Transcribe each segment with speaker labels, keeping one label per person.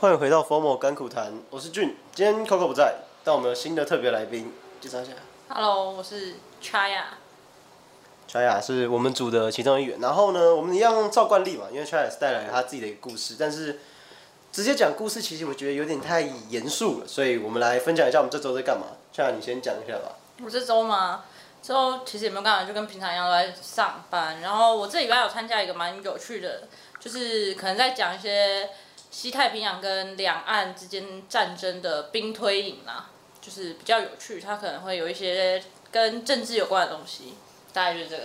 Speaker 1: 欢迎回到 Formal 甘苦谈，我是俊。今天 Coco 不在，但我们有新的特别来宾，介绍一下。
Speaker 2: Hello，我是 Chaya。
Speaker 1: Chaya 是我们组的其中一员，然后呢，我们一样照惯例嘛，因为 Chaya 是带来他自己的一个故事，但是直接讲故事，其实我觉得有点太严肃了，所以我们来分享一下我们这周在干嘛。Chaya，你先讲一下吧。
Speaker 2: 我这周嘛，这周其实也没有干嘛，就跟平常一样都在上班。然后我这礼拜有参加一个蛮有趣的，就是可能在讲一些西太平洋跟两岸之间战争的兵推演啦，就是比较有趣。它可能会有一些跟政治有关的东西，大概就是这个。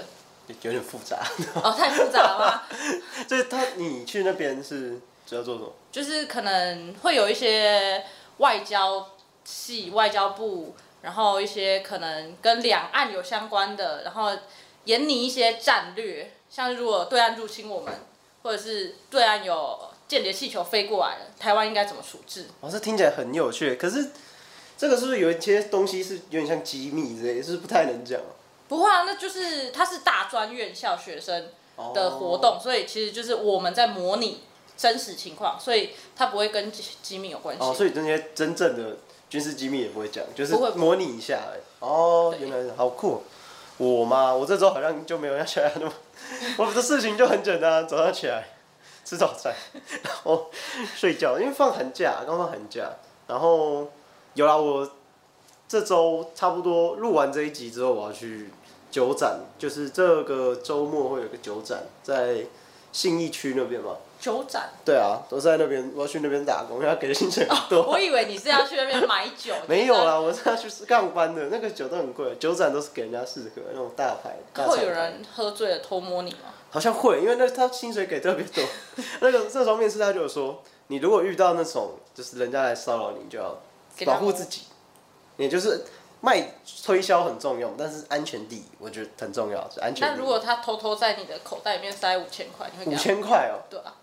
Speaker 1: 有点复杂，
Speaker 2: 哦，太复杂了吧？
Speaker 1: 所以他你去那边是主要做什么？
Speaker 2: 就是可能会有一些外交系、外交部，然后一些可能跟两岸有相关的，然后研拟一些战略，像如果对岸入侵我们，或者是对岸有间谍气球飞过来了，台湾应该怎么处置？
Speaker 1: 哦，这听起来很有趣，可是这个是不是有一些东西是有点像机密之类，是不是不太能讲？
Speaker 2: 不会啊，那就是它是大专院校学生
Speaker 1: 哦
Speaker 2: 的活动，所以其实就是我们在模拟真实情况，所以它不会跟机机密有关系。
Speaker 1: 哦，所以这些真正的军事机密也不会讲，就是
Speaker 2: 不会不会
Speaker 1: 模拟一下而已。哦，
Speaker 2: 对
Speaker 1: 原来是好酷哦。我嘛，我这周好像就没有像小雅 那么，我的事情就很简单，早上起来吃早餐， 然后睡觉，因为放寒假，刚放寒假，然后有啦，我这周差不多录完这一集之后，我要去酒展，就是这个周末会有个酒展在信义区那边嘛。
Speaker 2: 酒展，
Speaker 1: 对啊，都在那边，我要去那边打工，因为他给的薪水很多。
Speaker 2: 我以为你是要去那边买酒，
Speaker 1: 没有啦，我是要去上班的，那个酒都很贵，酒展都是给人家适合那种大牌。大厂
Speaker 2: 会
Speaker 1: 牌
Speaker 2: 有人喝醉了偷摸你吗？
Speaker 1: 好像会，因为那他薪水给特别 多。那个这时候面试他就有说，你如果遇到那种就是人家来骚扰你，你就要
Speaker 2: 给他
Speaker 1: 保护自己，也就是卖推销很重要，但是安全第一，我觉得很重要，是安全第一。
Speaker 2: 那如果他偷偷在你的口袋里面塞五千块，你会给
Speaker 1: 五
Speaker 2: 他？
Speaker 1: 千块哦，
Speaker 2: 对啊，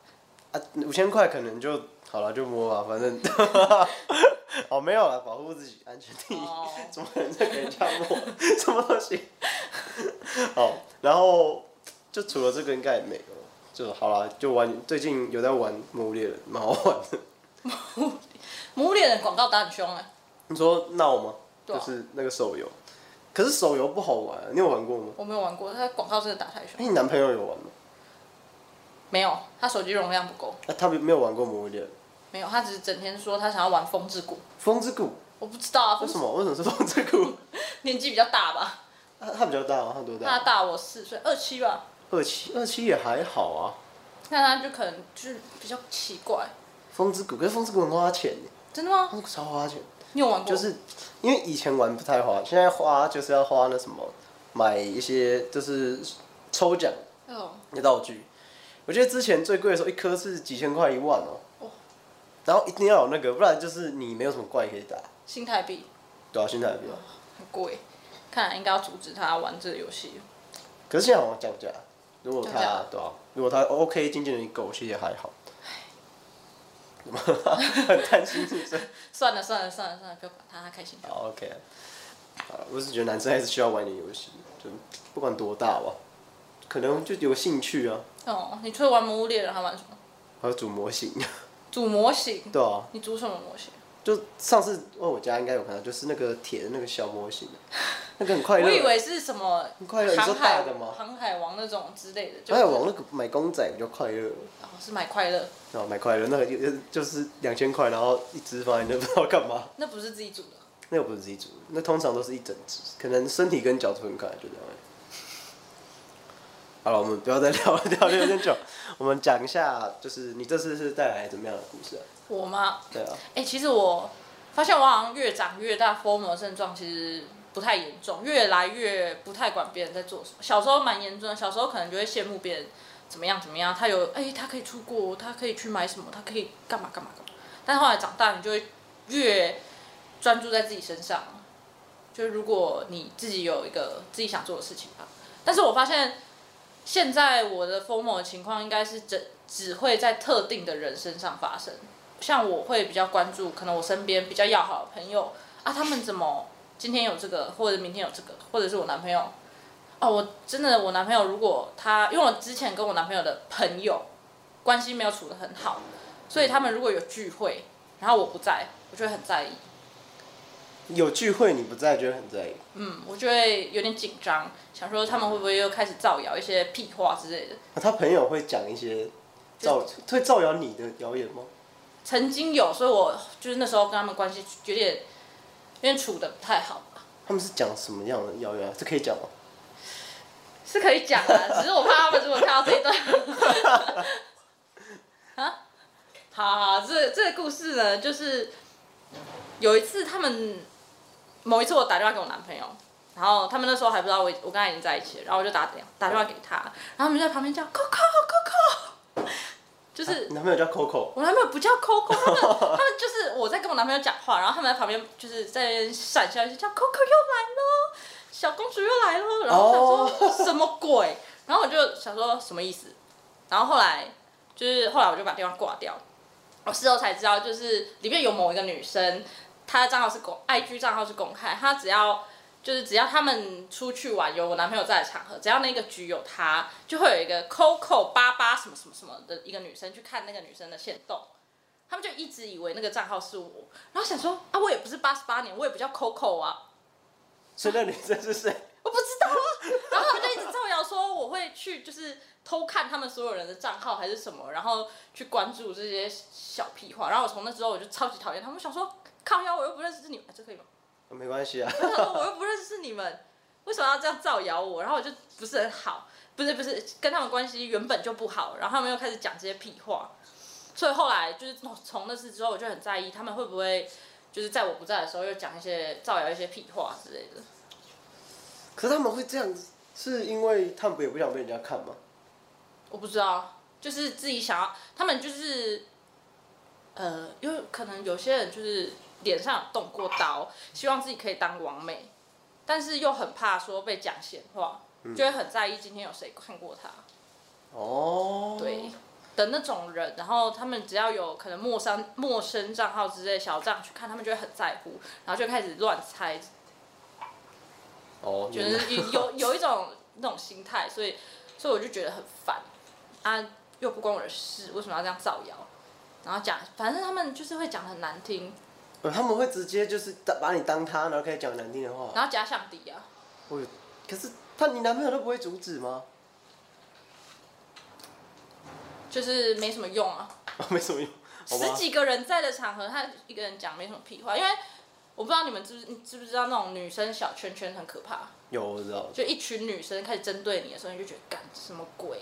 Speaker 1: 啊，五千块可能就好了，就摸啊吧，反 正，哦，没有了，保护自己，安全第一，
Speaker 2: 哦
Speaker 1: 怎么可能再给人家摸？什么东西？好，然后就除了这个应该也没有，就好了，就玩最近有在玩《魔物猎人》，蛮好玩的。
Speaker 2: 母脸的广告打很凶哎、
Speaker 1: 你说闹吗？
Speaker 2: 对
Speaker 1: 就
Speaker 2: 啊
Speaker 1: 是那个手游，可是手游不好玩，你有玩过吗？
Speaker 2: 我没有玩过，他广告真的打太
Speaker 1: 哎、
Speaker 2: 凶。
Speaker 1: 你男朋友有玩吗？
Speaker 2: 没有，他手机容量不够，
Speaker 1: 那、啊他没有玩过《魔物猎人》《
Speaker 2: 没有，他只是整天说他想要玩风之谷，
Speaker 1: 风之谷》，
Speaker 2: 我不知道啊，
Speaker 1: 为
Speaker 2: 风
Speaker 1: 什么？为什么是风之谷？
Speaker 2: 年纪比较大吧，
Speaker 1: 他他比较大吗？他多
Speaker 2: 他
Speaker 1: 大？
Speaker 2: 大我四岁，二七吧，
Speaker 1: 二七，二七也还好啊。
Speaker 2: 那他就可能就是比较奇怪，
Speaker 1: 风之谷，可是风之谷很花钱耶，
Speaker 2: 真的吗？
Speaker 1: 风之谷超花钱，
Speaker 2: 你有玩过？
Speaker 1: 就是因为以前玩不太花，现在花就是要花那什么，买一些就是抽奖
Speaker 2: 哦，
Speaker 1: 的道具。我记得之前最贵的时候，一颗是几千块一万哦、
Speaker 2: 哦
Speaker 1: 然后一定要有那个，不然就是你没有什么怪可以打，
Speaker 2: 新台币
Speaker 1: 对啊，现在也没有。
Speaker 2: 很贵，看来应该要阻止他玩这个游戏。
Speaker 1: 可是现在好像降价，如果
Speaker 2: 降价
Speaker 1: 他对啊，如果他 OK 经纪人够，其实也还好。 很担心是不是？
Speaker 2: 算了算了算了算了，不要管他，他开心就好。
Speaker 1: 好，OK。好了我是觉得男生还是需要玩一点游戏，就不管多大吧，可能就有兴趣啊，
Speaker 2: 哦，你除了玩《魔物猎人》还玩什么？
Speaker 1: 还有组模型，
Speaker 2: 组模型，
Speaker 1: 对啊，
Speaker 2: 你组什么模型？
Speaker 1: 就上次问我家应该有看到，就是那个铁的那个小模型，那个很
Speaker 2: 我
Speaker 1: 快乐。
Speaker 2: 以为是什么
Speaker 1: 很快乐你说
Speaker 2: 航
Speaker 1: 大
Speaker 2: 海
Speaker 1: 的吗
Speaker 2: 航海王那种之类的，就
Speaker 1: 还有网那个买公仔比较快乐，
Speaker 2: 哦是买快乐，
Speaker 1: 然后买快乐那个就就是两千块，然后一只放在那不知道干嘛，
Speaker 2: 那不是自己组的。
Speaker 1: 那个不是自己组的，那通常都是一整只，可能身体跟脚分开就这样而已。好了，我们不要再聊了，聊得有点久。我们讲一下，就是你这次是带来怎么样的故事啊？
Speaker 2: 我吗？
Speaker 1: 对啊，
Speaker 2: 哎、其实我发现我好像越长越大，疯魔症状其实不太严重，越来越不太管别人在做什么。小时候蛮严重的，小时候可能就会羡慕别人怎么样怎么样，他有哎、他可以出国，他可以去买什么，他可以干嘛干嘛干嘛。但后来长大，你就会越专注在自己身上。就是如果你自己有一个自己想做的事情吧，但是我发现现在我的疯魔的情况应该是只只会在特定的人身上发生。像我会比较关注，可能我身边比较要好的朋友啊，他们怎么今天有这个，或者明天有这个，或者是我男朋友。哦，我真的我男朋友如果他，因为我之前跟我男朋友的朋友关系没有处得很好，所以他们如果有聚会，然后我不在，我就会很在意，
Speaker 1: 有聚会你不在，觉得很在意。
Speaker 2: 嗯，我就会有点紧张，想说他们会不会又开始造谣一些屁话之类的。
Speaker 1: 啊他朋友会讲一些
Speaker 2: 就
Speaker 1: 造会造谣你的谣言吗？
Speaker 2: 曾经有，所以我就是那时候跟他们关系有点有点处的不太好吧，
Speaker 1: 他们是讲什么样的谣言啊？这可以讲吗？
Speaker 2: 是可以讲的，只是我怕他们如果看到这一段，啊，好好，这这个故事呢，就是有一次他们某一次我打电话给我男朋友。然后他们那时候还不知道我我跟他已经在一起了，然后我就打电打电话给他，然后他们就在旁边叫 “Coco Coco”，就是
Speaker 1: 啊你男朋友叫 Coco，
Speaker 2: 我男朋友不叫 Coco，他们他们就是我在跟我男朋友讲话，然后他们在旁边就是在那边闪消息，叫 Coco 又来喽，小公主又来喽，然后我想说什么鬼，然后我就想说什么意思，然后后来就是后来我就把电话挂掉，我事后才知道就是里面有某一个女生，她的账号是公 IG 账号是公开，她只要。就是只要他们出去玩，有我男朋友在的场合，只要那个局有她，就会有一个 Coco 八八什么什么什么的一个女生去看那个女生的线动，他们就一直以为那个账号是我，然后想说啊，我也不是八十八年，我也不叫 Coco 啊，
Speaker 1: 所以那女生是谁？
Speaker 2: 我不知道啊， 然后他们就一直造谣说我会去就是偷看他们所有人的账号还是什么，然后去关注这些小屁话，然后我从那之后我就超级讨厌他们，我想说靠腰我又不认识你们，啊这可以吗？
Speaker 1: 没关系啊，
Speaker 2: 我想说 我又不认识你们，为什么要这样造谣我？然后我就不是很好，不是不是，跟他们关系原本就不好，然后他们又开始讲这些屁话，所以后来就是从从那次之后，我就很在意他们会不会就是在我不在的时候又讲一些造谣一些屁话之类的。
Speaker 1: 可是他们会这样子，是因为他们也不想被人家看吗？
Speaker 2: 我不知道，就是自己想要，他们就是，呃，因为可能有些人就是脸上有动过刀，希望自己可以当王美，但是又很怕说被讲闲话，就会很在意今天有谁看过他，
Speaker 1: 哦，
Speaker 2: 对。的那种人，然后他们只要有可能陌生陌生账号之类小账去看，他们就会很在乎，然后就开始乱猜，
Speaker 1: 哦，
Speaker 2: 就
Speaker 1: 原来
Speaker 2: 是有有有一种那种心态，所以所以我就觉得很烦啊，又不关我的事，为什么要这样造谣？然后讲，反正他们就是会讲得很难听，
Speaker 1: 呃他们会直接就是当把你当他，然后开始讲难听的话。
Speaker 2: 然后假想敌啊，
Speaker 1: 我有，可是他你男朋友都不会阻止吗？
Speaker 2: 就是没什么用啊。
Speaker 1: 没什么用，好
Speaker 2: 十
Speaker 1: 吧。
Speaker 2: 几个人在的场合，他一个人讲没什么屁话，因为我不知道你们知不你知不知道那种女生小圈圈很可怕，
Speaker 1: 有我知道，
Speaker 2: 就一群女生开始针对你的时候，你就觉得干什么鬼？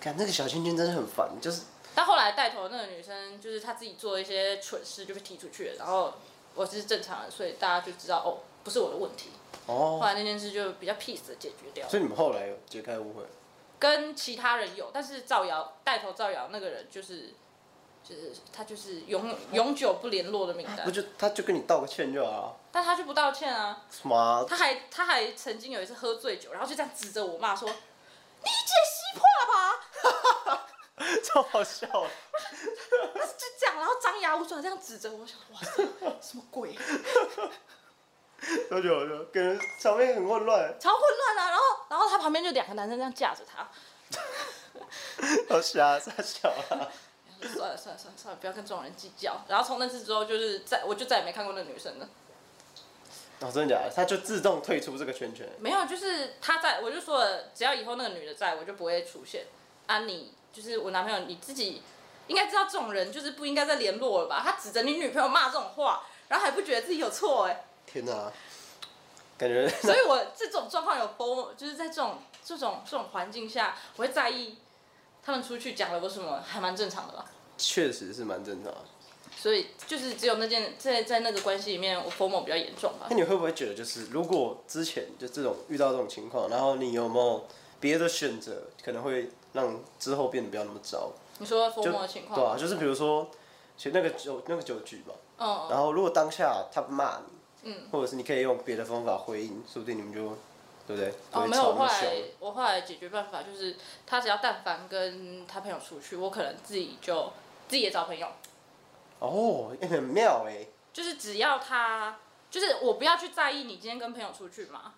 Speaker 1: 看那个小圈圈真的很烦，就是
Speaker 2: 但后来带头的那个女生，就是她自己做一些蠢事就被踢出去了，然后我是正常人，所以大家就知道哦，不是我的问题。后
Speaker 1: 哦，
Speaker 2: 来那件事就比较 peace 的解决掉了，
Speaker 1: 所以你们后来有解开误会，
Speaker 2: 跟其他人有，但是造谣带头造谣那个人就是。就是他就是永永久不联络的名
Speaker 1: 不
Speaker 2: 单，
Speaker 1: 就他就跟你道个歉就好了，
Speaker 2: 但他就不道歉啊，
Speaker 1: 什么啊
Speaker 2: 他还他还曾经有一次喝醉酒，然后就这样指着我骂说：“你姐吸破了吧？”
Speaker 1: 超好笑的，
Speaker 2: 就这样，然后张牙舞爪这样指着我，我想哇塞，什么鬼？啊
Speaker 1: 多久就感觉场面很混乱，
Speaker 2: 超混乱啊！然后，然后他旁边就两个男生这样架着他。
Speaker 1: 好瞎傻笑啊，
Speaker 2: 算了算了算了算了，不要跟这种人计较。然后从那次之后，就是再我就再也没看过那女生了。
Speaker 1: 哦真的假的？他就自动退出这个圈圈，
Speaker 2: 没有，就是他在，我就说了，只要以后那个女的在，我就不会出现。啊你，就是我男朋友，你自己应该知道这种人就是不应该再联络了吧？他指着你女朋友骂这种 话，然后还不觉得自己有错哎、
Speaker 1: 天哪、感觉
Speaker 2: 所以我这种状况有 f 就是在这种这种这种环境下，我会在意他们出去讲了我什么，还蛮正常的吧。
Speaker 1: 确实是蛮正常的。
Speaker 2: 所以就是只有那件在在那个关系里面，我 formal 比较严重吧
Speaker 1: 那。你会不会觉得，就是如果之前就这种遇到这种情况，然后你有没有别的选择，可能会让之后变得不要那么糟？
Speaker 2: 你说
Speaker 1: 就
Speaker 2: formal 的情
Speaker 1: 对
Speaker 2: 况，
Speaker 1: 啊，就是比如说，其实那个酒那个酒局嘛，
Speaker 2: 嗯，
Speaker 1: 然后如果当下他骂你，
Speaker 2: 嗯，
Speaker 1: 或者是你可以用别的方法回应，说不定你们就对不对？不
Speaker 2: 哦，
Speaker 1: 会
Speaker 2: 没有，
Speaker 1: 吵
Speaker 2: 我
Speaker 1: 那么
Speaker 2: 后来
Speaker 1: 凶。
Speaker 2: 我后来解决办法就是，他只要但凡跟他朋友出去，我可能自己就自己也找朋友，
Speaker 1: 哦，欸很妙哎、
Speaker 2: 就是只要他，就是我不要去在意你今天跟朋友出去嘛，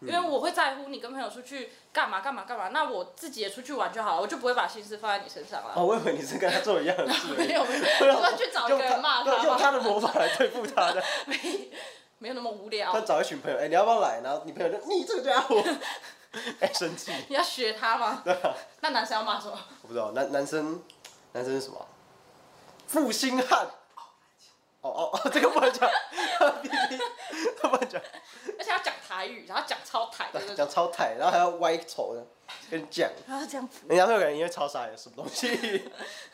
Speaker 1: 嗯
Speaker 2: 因为我会在乎你跟朋友出去干嘛干嘛干嘛，那我自己也出去玩就好了，我就不会把心思放在你身上了。
Speaker 1: 哦，我以为你是跟他做一样的事而已，
Speaker 2: 没 有没有，
Speaker 1: 对啊
Speaker 2: 我要去找一个人骂
Speaker 1: 用
Speaker 2: 他
Speaker 1: 用
Speaker 2: 吧，
Speaker 1: 他的魔法来对付他的。
Speaker 2: 没有那么无
Speaker 1: 他
Speaker 2: 聊。
Speaker 1: 找一群朋友，哎、你要不要来？然后你朋友就你这个家伙， 哎、生气。
Speaker 2: 你要学他吗？ 那男生要骂什么？
Speaker 1: 我不知道，男男生男生是什么啊？负心汉。哦哦哦，这个不能讲， 哔哔，他不能讲，
Speaker 2: 而且要讲台语，然后讲超台的那
Speaker 1: 啊
Speaker 2: 种，
Speaker 1: 讲超台，然后还要歪头的，跟你讲，
Speaker 2: 然后这样子，
Speaker 1: 人家会有人因为超傻眼，什么东西？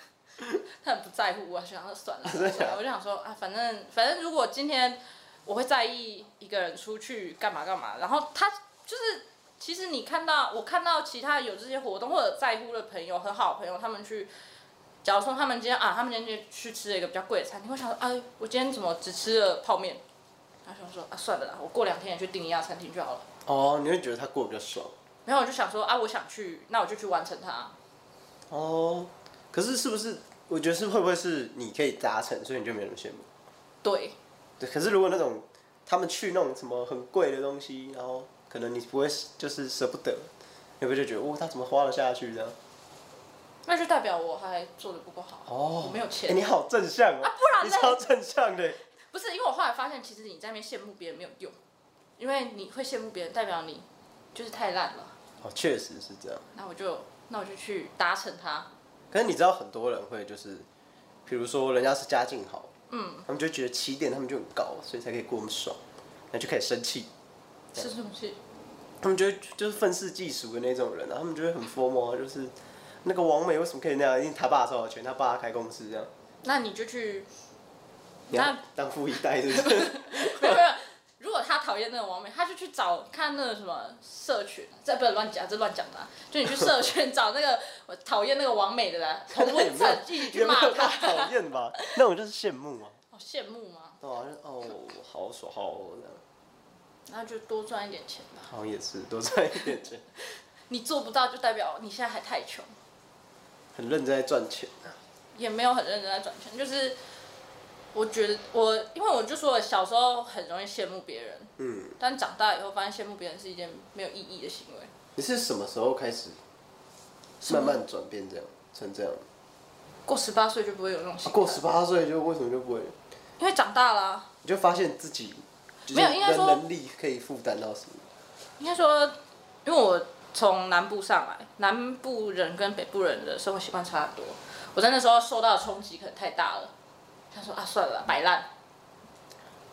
Speaker 2: 他很不在乎，我啊想说算了，
Speaker 1: 真的假的
Speaker 2: 算了，我就想说啊，反正反正如果今天我会在意一个人出去干嘛干嘛，然后他就是其实你看到我看到其他有这些活动或者在乎的朋友很好的朋友，他们去。假如说他们今天啊，他们今天去吃了一个比较贵的餐厅，我想说，哎，我今天怎么只吃了泡面？然后想说啊，算了啦，我过两天也去订一家餐厅就好了。
Speaker 1: 哦，你会觉得他过得比较爽。
Speaker 2: 然后我就想说啊，我想去，那我就去完成它。
Speaker 1: 哦，可是是不是？我觉得是会不会是你可以达成，所以你就没有那么羡慕？
Speaker 2: 对，
Speaker 1: 对，可是如果那种他们去那种什么很贵的东西，然后可能你不会就是舍不得，你会就觉得哦，他怎么花了下去这样？
Speaker 2: 那就代表我还做的不够好。
Speaker 1: 哦
Speaker 2: 我没有钱
Speaker 1: 哎你好正向哦、
Speaker 2: 啊不然
Speaker 1: 你
Speaker 2: 嘞
Speaker 1: 超正向的。
Speaker 2: 不是，因为我后来发现，其实你在那边羡慕别人没有用，因为你会羡慕别人，代表你就是太烂了。
Speaker 1: 哦，确实是这样。
Speaker 2: 那我就那我就去达成它。
Speaker 1: 可是你知道很多人会就是，比如说人家是家境好，
Speaker 2: 嗯，
Speaker 1: 他们就觉得起点他们就很高，所以才可以过那么爽，那就开始生气。
Speaker 2: 是什么是？
Speaker 1: 他们就会就是愤世嫉俗的那种人啊，他们就会很疯魔，就是那个王美为什么可以那样？因为他爸超有钱，他爸开公司这样，
Speaker 2: 那你就去，
Speaker 1: 你要
Speaker 2: 那
Speaker 1: 当富一代是不是？
Speaker 2: 没有没有。如果他讨厌那个王美，他就去找看那个什么社群，啊这不是乱讲，这乱讲的啊、就你去社 群找那个我讨厌那个王美的啦， 同温层一起去
Speaker 1: 也没
Speaker 2: 骂
Speaker 1: 有
Speaker 2: 他
Speaker 1: 到， 讨厌吧？那种就是羡慕啊，
Speaker 2: 好羡慕吗？
Speaker 1: 对啊，就哦，好爽，好哦这样，
Speaker 2: 那就多赚一点钱吧。
Speaker 1: 好像也是多赚一点钱，
Speaker 2: 你做不到，就代表你现在还太穷。
Speaker 1: 很认真在赚钱啊。
Speaker 2: 也没有很认真在转圈，就是我觉得我，因为我就说我小时候很容易羡慕别人，
Speaker 1: 嗯，
Speaker 2: 但长大以后发现羡慕别人是一件没有意义的行为。
Speaker 1: 你是什么时候开始慢慢转变这样成这样？
Speaker 2: 过十八岁就不会有那种
Speaker 1: 啊
Speaker 2: 心态，
Speaker 1: 过十八岁就为什么就不会？
Speaker 2: 因为长大啦、
Speaker 1: 你就发现自己就是
Speaker 2: 没有应该
Speaker 1: 人
Speaker 2: 说
Speaker 1: 能力可以负担到什么？
Speaker 2: 应该说，因为我从南部上来，南部人跟北部人的生活习惯差很多。我在那时候受到的冲击可能太大了，想说啊算了，摆烂，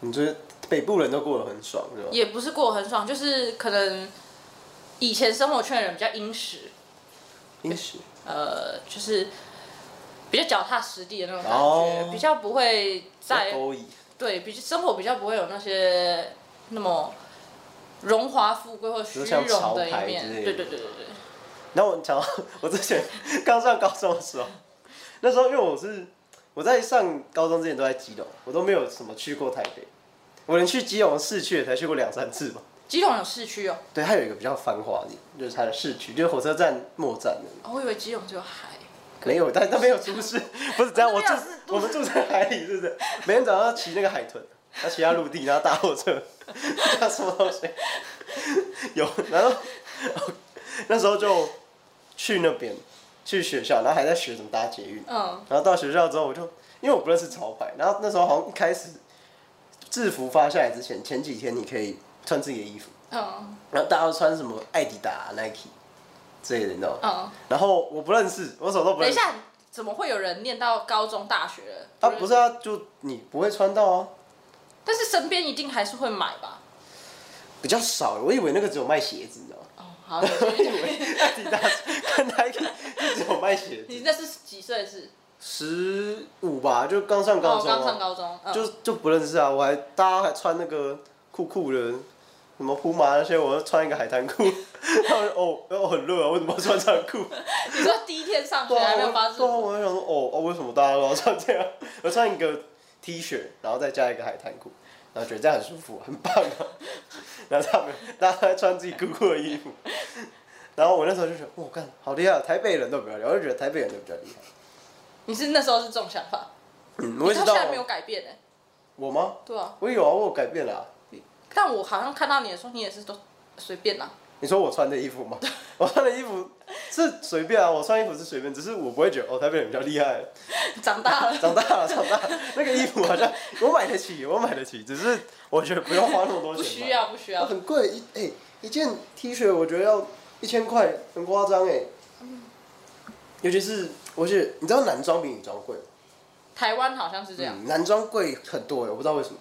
Speaker 1: 你觉得北部人都过得很爽是吧？
Speaker 2: 也不是过得很爽，就是可能以前生活圈的人比较殷实，
Speaker 1: 也许
Speaker 2: 呃，就是比较脚踏实地的那种感觉，
Speaker 1: 哦
Speaker 2: 比较不会在
Speaker 1: 勾引。
Speaker 2: 对比生活比较不会有那些那么荣华富贵或虚
Speaker 1: 是像
Speaker 2: 荣的
Speaker 1: 潮牌
Speaker 2: 一面
Speaker 1: 之类的。
Speaker 2: 对对对对对，
Speaker 1: 然后我讲到我之前 刚上高中的时候，那时候因为我是我在上高中之前都在基隆，我都没有什么去过台北，我连去基隆市区也才去过两三次吧。
Speaker 2: 基隆有市区哦，
Speaker 1: 对，它有一个比较繁华的，就是它的市区，就是火车站末站的，
Speaker 2: 哦我以为基隆只有海。
Speaker 1: 没有，但但没有出 事，不是这样，我
Speaker 2: 那
Speaker 1: 住
Speaker 2: 边有是
Speaker 1: 我们住在海里，是不是？每天早上要骑那个海豚，要骑到陆地，然后搭火车， 搭什么东西？有，然后 那时候就去那边，去学校，然后还在学怎么搭捷运，
Speaker 2: 嗯，
Speaker 1: 然后到学校之后，我就因为我不认识潮牌，然后那时候好像一开始制服发下来之前，前几天你可以穿自己的衣服，
Speaker 2: 嗯
Speaker 1: 然后大家都穿什么艾迪达、Nike 之类的，你知道吗？
Speaker 2: 嗯，
Speaker 1: 然后我不认识，我什么都不
Speaker 2: 等
Speaker 1: 认
Speaker 2: 一
Speaker 1: 识。
Speaker 2: 下，怎么会有人念到高中、大学了？
Speaker 1: 啊，不是啊，就你不会穿到啊，
Speaker 2: 但是身边一定还是会买吧？
Speaker 1: 比较少。我以为那个只有卖鞋 子，你知道吗？
Speaker 2: 哦，好，你继续
Speaker 1: 艾迪达跟 Nike 就只有卖鞋子。
Speaker 2: 你那是几岁是？
Speaker 1: 十五吧，就刚上高
Speaker 2: 哦，
Speaker 1: 中、啊，
Speaker 2: 刚上高中，嗯
Speaker 1: 就就不认识啊，我还大家还穿那个酷酷的，什么铺麻那些，我就穿一个海滩裤， 然后我就哦，然后很热啊，为什么要穿长裤？
Speaker 2: 你说第一天上学
Speaker 1: 对啊，
Speaker 2: 还没有发
Speaker 1: 我
Speaker 2: 生
Speaker 1: 对啊，我就想说哦哦，为什么大家都要穿这样？ 我穿一个 T 恤，然后再加一个海滩裤，然后觉得这样很舒服，很棒啊。 然后他们大家都在穿自己酷酷的衣服，然后我那时候就觉得，哇，干好厉害啊，台北人都比较厉害，我就觉得台北人都比较厉害。
Speaker 2: 你是那时候是这种想法，
Speaker 1: 嗯，
Speaker 2: 你
Speaker 1: 我
Speaker 2: 到
Speaker 1: 也知
Speaker 2: 欸
Speaker 1: 道
Speaker 2: 现在没有改变呢、
Speaker 1: 我吗？
Speaker 2: 对啊，
Speaker 1: 我有啊，我有改变啦、
Speaker 2: 但我好像看到你的时候，你也是都随便啦、
Speaker 1: 你说我穿的衣服吗？ 我穿的衣服是随便啊，我穿衣服是随便，只是我不会觉得哦，台北人比较厉害，
Speaker 2: 长大了，
Speaker 1: 长大了，长大了，那个衣服好像我买得起，我买得起，只是我觉得不用花那么多钱。
Speaker 2: 不需，要，不需要。
Speaker 1: 很贵，一哎、一件 T 恤我觉得要一千块，很夸张哎。
Speaker 2: 嗯
Speaker 1: 尤其是我觉得，你知道男装比女装贵吗？
Speaker 2: 台湾好像是这样，
Speaker 1: 嗯，男装贵很多哎，我不知道为什么。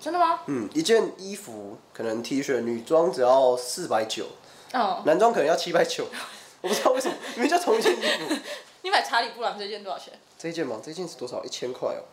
Speaker 2: 真的吗？
Speaker 1: 嗯，一件衣服可能 T 恤，女装只要四百九，
Speaker 2: 哦，
Speaker 1: 男装可能要七百九， 我不知道为什么，明明就同一件衣服。
Speaker 2: 你买查理布朗这件多少钱？
Speaker 1: 这一件吗？这一件是多少？一千块哦，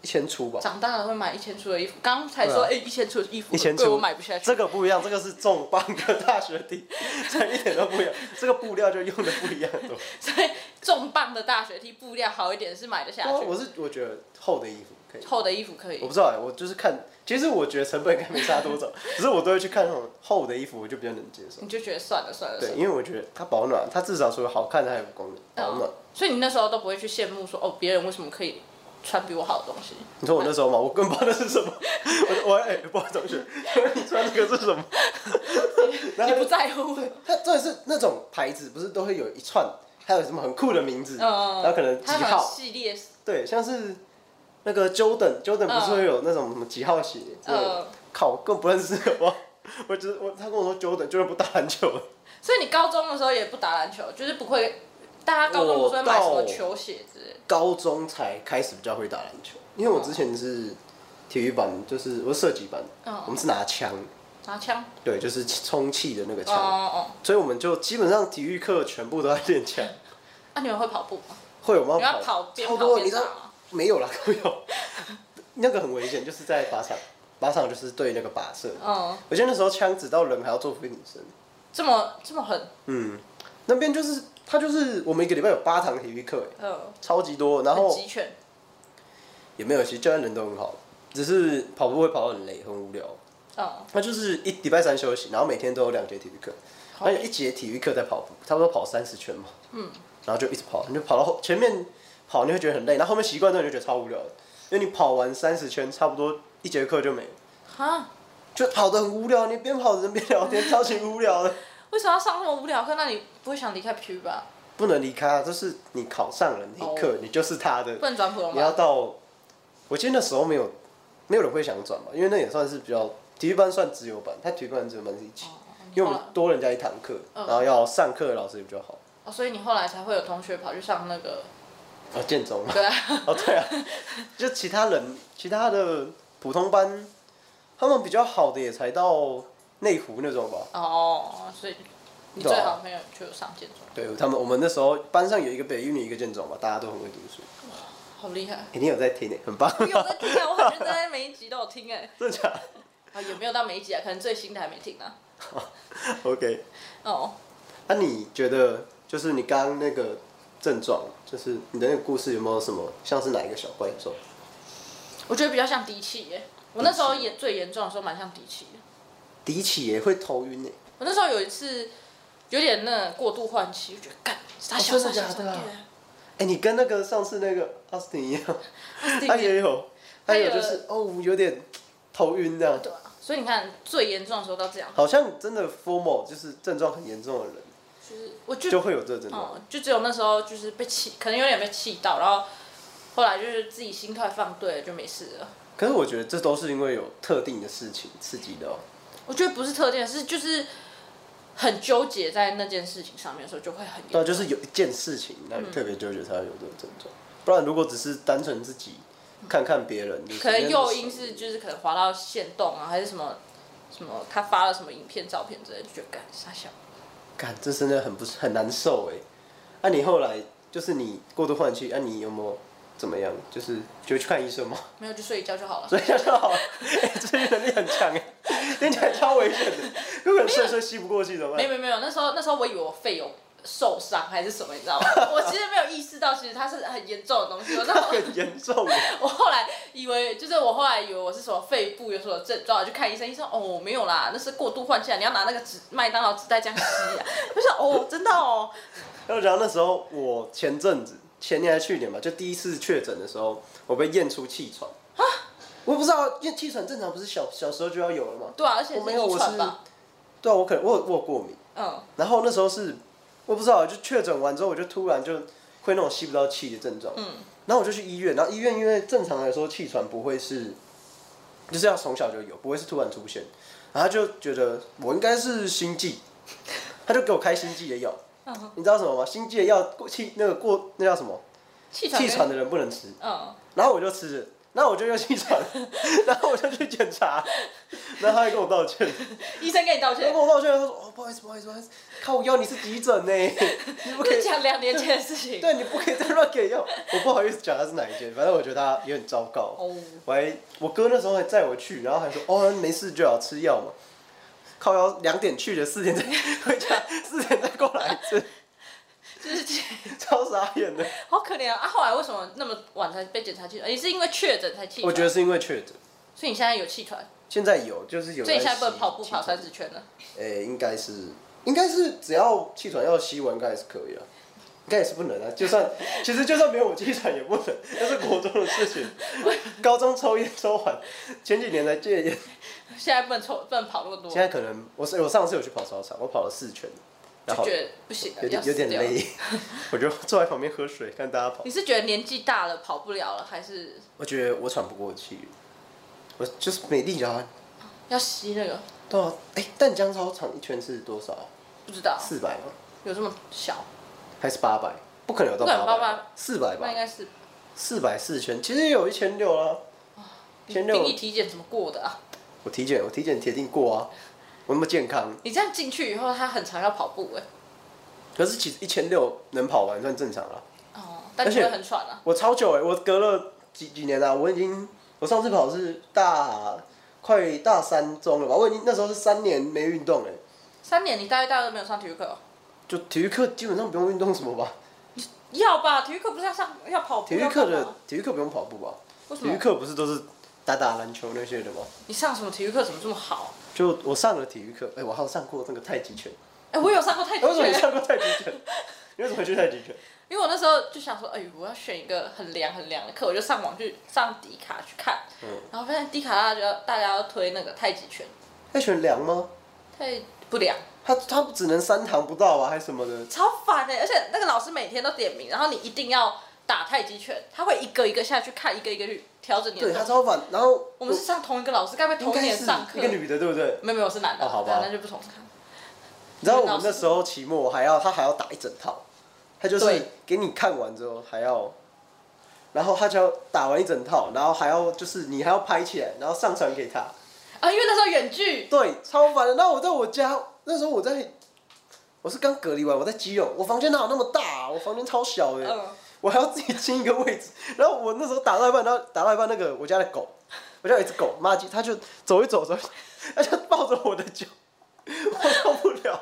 Speaker 1: 一千出吧。
Speaker 2: 长大了会买一千出的衣服，刚才
Speaker 1: 对
Speaker 2: 说
Speaker 1: 啊
Speaker 2: 哎一千出的衣服
Speaker 1: 一千
Speaker 2: 很贵，
Speaker 1: 出
Speaker 2: 我买不下去。
Speaker 1: 这个不一样，这个是重磅的大学弟，这一点都不一样。这个布料就用的不一样很 多。
Speaker 2: 所以重磅的大学 T 布料好一点是买得下
Speaker 1: 对啊
Speaker 2: 去，
Speaker 1: 我是我觉得厚的衣服可以，
Speaker 2: 厚的衣服可
Speaker 1: 我
Speaker 2: 以
Speaker 1: 不。知道哎、我就是看，其实我觉得成本应该没差多少，只是我都会去看那种厚的衣服，我就比较能接受。
Speaker 2: 你就觉得算了算了算
Speaker 1: 对，
Speaker 2: 了，
Speaker 1: 因为我觉得它保暖，它至少除了好看，它还有功能
Speaker 2: 嗯
Speaker 1: 保暖。
Speaker 2: 所以你那时候都不会去羡慕说哦别人为什么可以穿比我好的东西，
Speaker 1: 你说我那时候嘛，我根本不知道那是什么，我我哎、不好意思同学， 你穿这个是什么？然
Speaker 2: 你
Speaker 1: 后
Speaker 2: 不在乎。
Speaker 1: 它真的是那种牌子，不是都会有一串，还有什么很酷的名字，
Speaker 2: 嗯
Speaker 1: 然后可能几
Speaker 2: 它好像
Speaker 1: 号，
Speaker 2: 系列
Speaker 1: 对，像是那个 Jordan，Jordan 不
Speaker 2: 嗯
Speaker 1: 是会有那种什么几号鞋？
Speaker 2: 呃，
Speaker 1: 靠，我更不认识我，我只是我他跟我说 Jordan，Jordan 不打篮球 了，
Speaker 2: 所以你高中的时候也不打篮球，就是不会，大家高中不是会买什
Speaker 1: 我
Speaker 2: 么
Speaker 1: 到
Speaker 2: 球鞋之类的。
Speaker 1: 高中才开始比较会打篮球，因为我之前是体育班，就是我是射击班，
Speaker 2: 嗯
Speaker 1: 我们是拿枪，
Speaker 2: 拿枪。
Speaker 1: 对，就是充气的那个
Speaker 2: 哦
Speaker 1: 枪。
Speaker 2: 哦。
Speaker 1: 所以我们就基本上体育课全部都在练枪，
Speaker 2: 那、啊你们会跑步吗？
Speaker 1: 会有
Speaker 2: 你
Speaker 1: 吗？
Speaker 2: 要跑边
Speaker 1: 超
Speaker 2: 跑啊
Speaker 1: 多，
Speaker 2: 边
Speaker 1: 你知
Speaker 2: 打
Speaker 1: 道
Speaker 2: 吗？
Speaker 1: 没有啦， 都有。那个很危险，就是在靶场，靶场就是对那个靶射。
Speaker 2: 嗯，
Speaker 1: 我记得那时候枪指到人还要做飞女生，
Speaker 2: 这么这么狠。
Speaker 1: 嗯，那边就是他就是我们一个礼拜有八堂体育课，哎
Speaker 2: 嗯。
Speaker 1: 超级多，然
Speaker 2: 很
Speaker 1: 后
Speaker 2: 集权。
Speaker 1: 也没有，其实教练人都很好，只是跑步会跑得很累，很无聊。
Speaker 2: 嗯。
Speaker 1: 他就是一礼拜三休息，然后每天都有两节体育课，
Speaker 2: 好
Speaker 1: 还有一节体育课在跑步，差不多跑三十圈嘛。嗯。然后就一直跑，你就跑到后前面跑，你会觉得很累，然后后面习惯之后你就觉得超无聊的，因为你跑完三十圈，差不多一节课就没了，
Speaker 2: 哈？
Speaker 1: 就跑得很无聊。你边跑人边聊天，超级无聊的。
Speaker 2: 为什么要上那么无聊的课？那你不会想离开体育吧？
Speaker 1: 不能离开啊，就是你考上了那一刻
Speaker 2: 哦
Speaker 1: 你就是他的
Speaker 2: 不。能转普通
Speaker 1: 你要
Speaker 2: 班。
Speaker 1: 到，我记得那时候没有，没有人会想转嘛，因为那也算是比较体育班算自由班，他体育班跟自由班是一起，因为我们多人家一堂课，
Speaker 2: 哦嗯
Speaker 1: 然后要上课的老师也比较好。
Speaker 2: 哦，所以你后来才会有同学跑去上那个，
Speaker 1: 啊，建 中嘛。
Speaker 2: 对啊，
Speaker 1: 哦，对啊，就其他人，其他的普通班，他们比较好的也才到内湖那种吧。
Speaker 2: 哦，所以你最好的朋友就有上建中，
Speaker 1: 对，他们我们那时候班上有一个北一女，一个建中嘛，大家都很会读书。
Speaker 2: 好厉害！
Speaker 1: 肯定有在听诶，很棒。
Speaker 2: 我有在听啊，我很认真，每一集都有听哎、
Speaker 1: 真的假的
Speaker 2: 啊，有没有到每一集啊？可能最新的还没听啊。
Speaker 1: ？OK，
Speaker 2: 哦，
Speaker 1: 那、你觉得就是你刚刚那个症状，就是你的那个故事有没有什么像是哪一个小怪兽？
Speaker 2: 我觉得比较像低气耶、我那时候也最严重的时候蛮像低气的。
Speaker 1: 迪奇也会头晕诶，欸
Speaker 2: 我那时候有一次有点那过度换气，我觉得干傻小
Speaker 1: 哦真
Speaker 2: 傻
Speaker 1: 的
Speaker 2: 小
Speaker 1: 假的啊
Speaker 2: 对啊
Speaker 1: 哎、你跟那个上次那个阿斯汀一样，
Speaker 2: 对
Speaker 1: 他也有，他也有
Speaker 2: 他有
Speaker 1: 就是哦有点头晕这样，
Speaker 2: 对啊所以你看最严重的时候到这样，
Speaker 1: 好像真的 formal 就是症状很严重的人
Speaker 2: 就是我就
Speaker 1: 就会有这症状。
Speaker 2: 嗯，就只有那时候就是被气，可能有点被气到，然后后来就是自己心态放对了，就没事了。
Speaker 1: 可是我觉得这都是因为有特定的事情刺激的哦。
Speaker 2: 我觉得不是特定，是就是很纠结在那件事情上面的时候，就会很严
Speaker 1: 对啊，就是有一件事情让
Speaker 2: 嗯
Speaker 1: 你特别纠结才会有这个症状，不然如果只是单纯自己看看别人，就是
Speaker 2: 可能诱因
Speaker 1: 那
Speaker 2: 是就是可能滑到线洞啊，还是什么什么他发了什么影片、照片之类的，就觉得干傻笑。
Speaker 1: 干，这真的很不是很难受哎。那、你后来就是你过度换气，那、你有没有怎么样？就是就去看医生吗？
Speaker 2: 没有就睡一觉就好了。
Speaker 1: 所以就好了，哎、自愈能力很强哎，听起来超危险的。如果睡睡吸不过气怎么
Speaker 2: 没
Speaker 1: 办？
Speaker 2: 有没有没有，那时候那时候我以为我肺有受伤还是什么，你知道吗？我其实没有意识到，其实它是很严重的东西。哦我那时候
Speaker 1: 很严重哎，
Speaker 2: 我后来以为，就是我后来以为我是什么肺部有什么症状，去看医生，医生哦没有啦，那是过度换气啊，你要拿那个纸麦当劳纸袋这样吸啊。 我想哦，真的哦，
Speaker 1: 然后然后那时候我前阵子前年还是去年吧，就第一次确诊的时候，我被验出气喘啊，我不知道，因为气喘正常不是小小时候就要有了吗？
Speaker 2: 对啊，而且
Speaker 1: 我没
Speaker 2: 是
Speaker 1: 有，
Speaker 2: 遗
Speaker 1: 我是
Speaker 2: 传吧，
Speaker 1: 对啊，我可能我有我有过敏，
Speaker 2: 嗯，
Speaker 1: 然后那时候是我不知道，就确诊完之后，我就突然就会那种吸不到气的症状，
Speaker 2: 嗯，
Speaker 1: 然后我就去医院，然后医院因为正常来说气喘不会是，就是要从小就有，不会是突然出现，然后他就觉得我应该是心悸，他就给我开心悸的药，你知道什么吗？心悸的药过气那个过那叫什么？
Speaker 2: 气喘，
Speaker 1: 气喘，的人不能吃，
Speaker 2: 嗯，
Speaker 1: 然后我就吃了，然后我就又气喘了， 然后我就去检查，然后他还跟我道歉。
Speaker 2: 医生跟你道
Speaker 1: 他
Speaker 2: 歉
Speaker 1: 跟，我道歉，他说：“哦，不好意思，不好意思，不好意思，靠腰你是急 诊呢，你不可
Speaker 2: 跟
Speaker 1: 以
Speaker 2: 你，讲两年前的事情，
Speaker 1: 对，你不可以再乱给药。”我不好意思讲他是哪一间，反正我觉得他也很糟糕。
Speaker 2: 哦，
Speaker 1: 我还我哥那时候还载我去，然后还说：“哦，没事就好，吃药嘛。”靠腰两点去的，四点再回家， 四点再过来一次，
Speaker 2: 就是
Speaker 1: 超傻眼 的。
Speaker 2: 好可怜啊！啊后来为什么那么晚才被检查气喘？你是因为确诊才气喘？
Speaker 1: 我觉得，是因为确诊，
Speaker 2: 所以你现在有气喘，
Speaker 1: 现在有就是有。
Speaker 2: 所以你现在不能跑步跑
Speaker 1: 山。
Speaker 2: 三十圈了。
Speaker 1: 诶、应该是，应该是只要气喘药吸完，应该还是可以啊。应该也是不能啊，就算其实就算没有我气喘也不能，那是国中的事情。高中抽烟抽完，前几年才戒烟。
Speaker 2: 现在不能抽，不能跑那么多，
Speaker 1: 现在可能我是我上次有去跑操场，我跑了四圈，然
Speaker 2: 就
Speaker 1: 后
Speaker 2: 觉得不行了，
Speaker 1: 有
Speaker 2: 要
Speaker 1: 点有
Speaker 2: 死
Speaker 1: 点
Speaker 2: 掉了。
Speaker 1: 累，我就坐在旁边喝水看大家跑。
Speaker 2: 你是觉得年纪大了跑不了了，还是
Speaker 1: 我觉得我喘不过气，我就是没力啊。
Speaker 2: 要吸那个？
Speaker 1: 对啊，哎、淡江操场一圈是多少啊？
Speaker 2: 不知道，
Speaker 1: 四百吗？
Speaker 2: 有这么小？
Speaker 1: 还是八百？不可能有到
Speaker 2: 不可能
Speaker 1: 八
Speaker 2: 800
Speaker 1: 百，四百吧
Speaker 2: 那应？该是
Speaker 1: 四百四圈，其实也有一千六啦。
Speaker 2: 你
Speaker 1: 千六
Speaker 2: 定，义体检怎么过的啊？
Speaker 1: 我体检，我体检铁定过啊，我那么健康。
Speaker 2: 你这样进去以后，他很常要跑步哎、
Speaker 1: 可是其实一千六能跑完算正常了。
Speaker 2: 哦，但
Speaker 1: 而
Speaker 2: 你
Speaker 1: 且
Speaker 2: 会很喘啊。
Speaker 1: 我超久哎、我隔了几几年啊，我已经，我上次跑是大快大三中了吧，我已经那时候是三年没运动哎、
Speaker 2: 三年你大一、大二都没有上体育课、哦？
Speaker 1: 就体育课基本上不用运动什么吧，
Speaker 2: 要吧，体育哦课不是要上要跑步？
Speaker 1: 体育课
Speaker 2: 要干
Speaker 1: 的
Speaker 2: 嘛
Speaker 1: 体育课不用跑步吧？
Speaker 2: 为什
Speaker 1: 体育
Speaker 2: 么？
Speaker 1: 课不是都是打打篮球那些的吗？
Speaker 2: 你上什么体育课？怎么这么好？
Speaker 1: 就我上了体育课，哎、我还有上过那个太极 拳。
Speaker 2: 哎、我有上过太极
Speaker 1: 为什么你
Speaker 2: 拳，
Speaker 1: 上过太极拳？你为什么去太极拳？
Speaker 2: 因为我那时候就想说，哎、我要选一个很凉很凉的课，我就上网去上迪卡去看，
Speaker 1: 嗯
Speaker 2: 然后发现迪卡大家要大家要推那个太极拳，
Speaker 1: 太拳凉吗？
Speaker 2: 太不凉，
Speaker 1: 他他只能三堂不到啊，还是什么的？
Speaker 2: 超烦哎、而且那个老师每天都点名，然后你一定要打太极拳，他会一个一个下去看，一个一个去调整你的
Speaker 1: 对
Speaker 2: 动
Speaker 1: 他
Speaker 2: 作。
Speaker 1: 超烦。然后
Speaker 2: 我们是上同一个老师，该不会
Speaker 1: 应
Speaker 2: 同一
Speaker 1: 该
Speaker 2: 年
Speaker 1: 是
Speaker 2: 上课？
Speaker 1: 一个女的，对不对？
Speaker 2: 没有没有，我是男的，
Speaker 1: 哦好吧
Speaker 2: 那就不同看。
Speaker 1: 你知道我
Speaker 2: 老
Speaker 1: 们
Speaker 2: 师
Speaker 1: 那时候期末还要他还要打一整套，他就是
Speaker 2: 对
Speaker 1: 给你看完之后还要，然后他就要打完一整套，然后还要就是你还要拍起来，然后上传给他。
Speaker 2: 啊，因为那时候远距，
Speaker 1: 对，超烦的。那我在我家那时候我在，我是刚隔离完，我在基隆，我房间哪有那么大啊、我房间超小的、
Speaker 2: 嗯，
Speaker 1: 我还要自己清一个位置。 然后我那时候打到一半，然后打到一半，那个我家的狗，我家有一只狗，妈鸡，它就走一走走一 走，它就抱着我的脚，我受不了。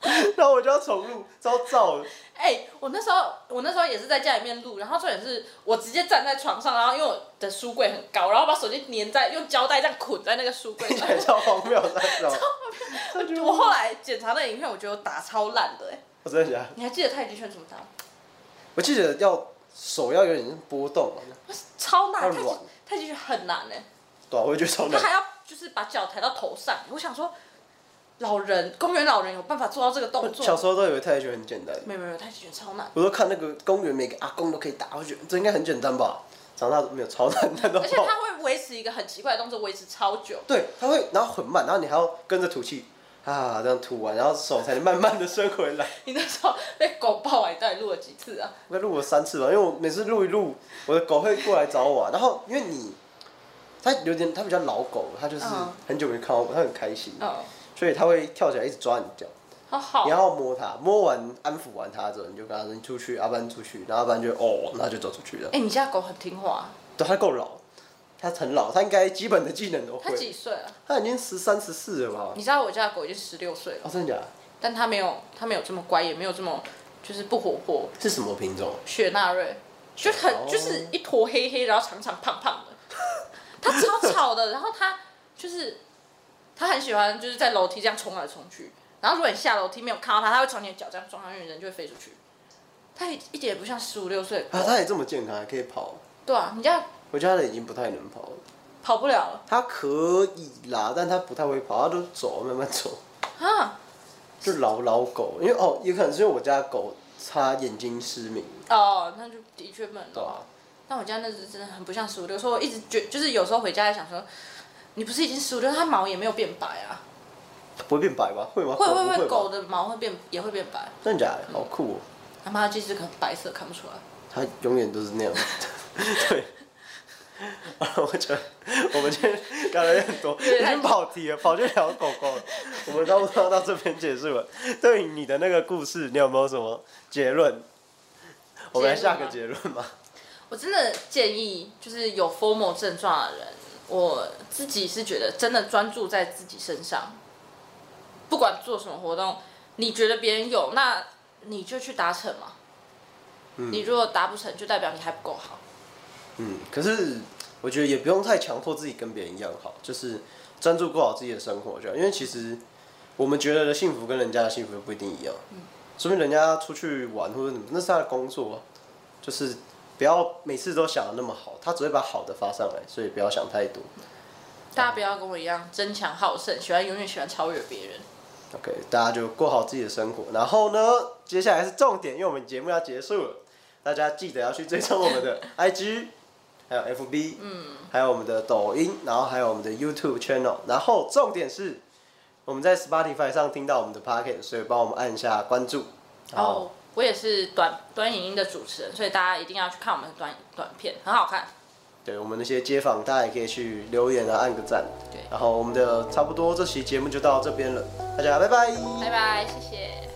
Speaker 1: 然后我就要重录，超燥的。
Speaker 2: 哎、我那时候我那时候也是在家里面录，然后重点是我直接站在床上，然后因为我的书柜很高，然后把手机粘在用胶带这样捆在那个书柜
Speaker 1: 听起
Speaker 2: 上。
Speaker 1: 来超荒谬，你知道吗？超荒
Speaker 2: 我后来检查那影片，我觉得我打超烂的哎、
Speaker 1: 我真的想，
Speaker 2: 你还记得太极拳怎么打吗？
Speaker 1: 我记得要手要有点波动啊嘛，
Speaker 2: 超难，
Speaker 1: 要
Speaker 2: 太极
Speaker 1: 软
Speaker 2: 太极拳很难哎、
Speaker 1: 对啊，我也觉得超
Speaker 2: 他
Speaker 1: 难。
Speaker 2: 还要就是把脚抬到头上，我想说，老人公园老人有办法做到这个动
Speaker 1: 小
Speaker 2: 作？
Speaker 1: 时候哦都以为太极拳很简单，
Speaker 2: 没有没有，太极拳超难，
Speaker 1: 我都看那个公园每个阿公都可以打，我觉得这应该很简单吧？长大没有超难，难到
Speaker 2: 而且
Speaker 1: 爆。
Speaker 2: 他会维持一个很奇怪的动作，维持超久。
Speaker 1: 对，他会，然后很慢，然后你还要跟着吐气，啊，这样吐完，然后手才能慢慢的伸回来。
Speaker 2: 你那时候被狗抱完，你到底录了几次啊？
Speaker 1: 我录了三次吧，因为我每次录一录，我的狗会过来找我、啊，然后因为你，它有点，它比较老狗，它就是
Speaker 2: 嗯
Speaker 1: 很久没看到我，它很开心，
Speaker 2: 嗯，
Speaker 1: 所以它会跳起来一直抓你脚，
Speaker 2: 好好哦
Speaker 1: 你，要摸它，摸完安抚完它之后，你就跟它说你出去，阿班出去，然后阿班就哦，那就走出去了
Speaker 2: 哎、。你家狗很听话，啊
Speaker 1: 对，它够老，它很老，它应该基本的技能都
Speaker 2: 它
Speaker 1: 会。
Speaker 2: 几岁了？
Speaker 1: 它已经十三十四了吧？
Speaker 2: 你知道我家的狗已经十六岁了，
Speaker 1: 哦，真的假的？
Speaker 2: 但它没有，它没有这么乖，也没有这么就是不活泼。
Speaker 1: 是什么品种？
Speaker 2: 雪纳瑞就很
Speaker 1: 哦
Speaker 2: 就是一坨黑黑，然后长长胖胖的，它超吵的，然后它就是它很喜欢就是在楼梯这样冲来冲去，然后如果你下楼梯没有看到它，它会朝你的脚这样撞上去，人就会飞出去。它一一点也不像十五六岁的狗
Speaker 1: 啊，它也这么健康，还可以跑。
Speaker 2: 对啊，你这样
Speaker 1: 我家的已经不太能跑了。
Speaker 2: 跑不了了。
Speaker 1: 它可以啦，但它不太会跑，它都走，慢慢走。
Speaker 2: 啊，
Speaker 1: 就老老狗，因为哦，也可能是因为我家狗它眼睛失明，
Speaker 2: 哦，那就的确不能
Speaker 1: 对啊
Speaker 2: 弄。
Speaker 1: 吧、
Speaker 2: 但我家那只真的很不像十五六，所以我一直觉就是有时候回家也想说，你不是已经十五六，它毛也没有变白啊，
Speaker 1: 不会变白吧？会吗？狗
Speaker 2: 会
Speaker 1: 啊不
Speaker 2: 会
Speaker 1: 会
Speaker 2: 会
Speaker 1: 吧
Speaker 2: 狗的毛会变也会变白，
Speaker 1: 真的假的？好酷哦！
Speaker 2: 它妈的这只可能白色看不出来。
Speaker 1: 它永远都是那样。 对。 啊，我觉得我们今天聊了很多，
Speaker 2: 对
Speaker 1: 已经跑题了，跑去聊狗狗了。我们差不多到这边结束了。对于你的那个故事，你有没有什么结论？我们来下个结论吧。
Speaker 2: 我真的建议，就是有 formal 症状的人，我自己是觉得真的专注在自己身上，不管做什么活动，你觉得别人有，那你就去达成嘛。
Speaker 1: 嗯
Speaker 2: 你如果达不成，就代表你还不够好。
Speaker 1: 嗯，可是我觉得也不用太强迫自己跟别人一样好，就是专注过好自己的生活就好。因为其实我们觉得的幸福跟人家的幸福不一定一样，说明人家出去玩或者什么，那是他的工作、啊，就是不要每次都想的那么好，他只会把好的发上来，所以不要想太多。
Speaker 2: 大家不要跟我一样争强好胜，喜欢永远喜欢超越别人。
Speaker 1: OK，大家就过好自己的生活。然后呢，接下来是重点，因为我们节目要结束了，大家记得要去追踪我们的 IG，还有 FB，嗯，还有我们的抖音，然后还有我们的 YouTube channel。然后重点是，我们在 Spotify 上听到我们的 Pocket，所以帮我们按下关注。
Speaker 2: 然后我也是短短影音的主持人，所以大家一定要去看我们的短短片，很好看。
Speaker 1: 对我们那些街坊，大家也可以去留言啊，按个赞。
Speaker 2: 对
Speaker 1: 然后我们的差不多这期节目就到这边了，大家拜拜
Speaker 2: 拜拜，谢谢。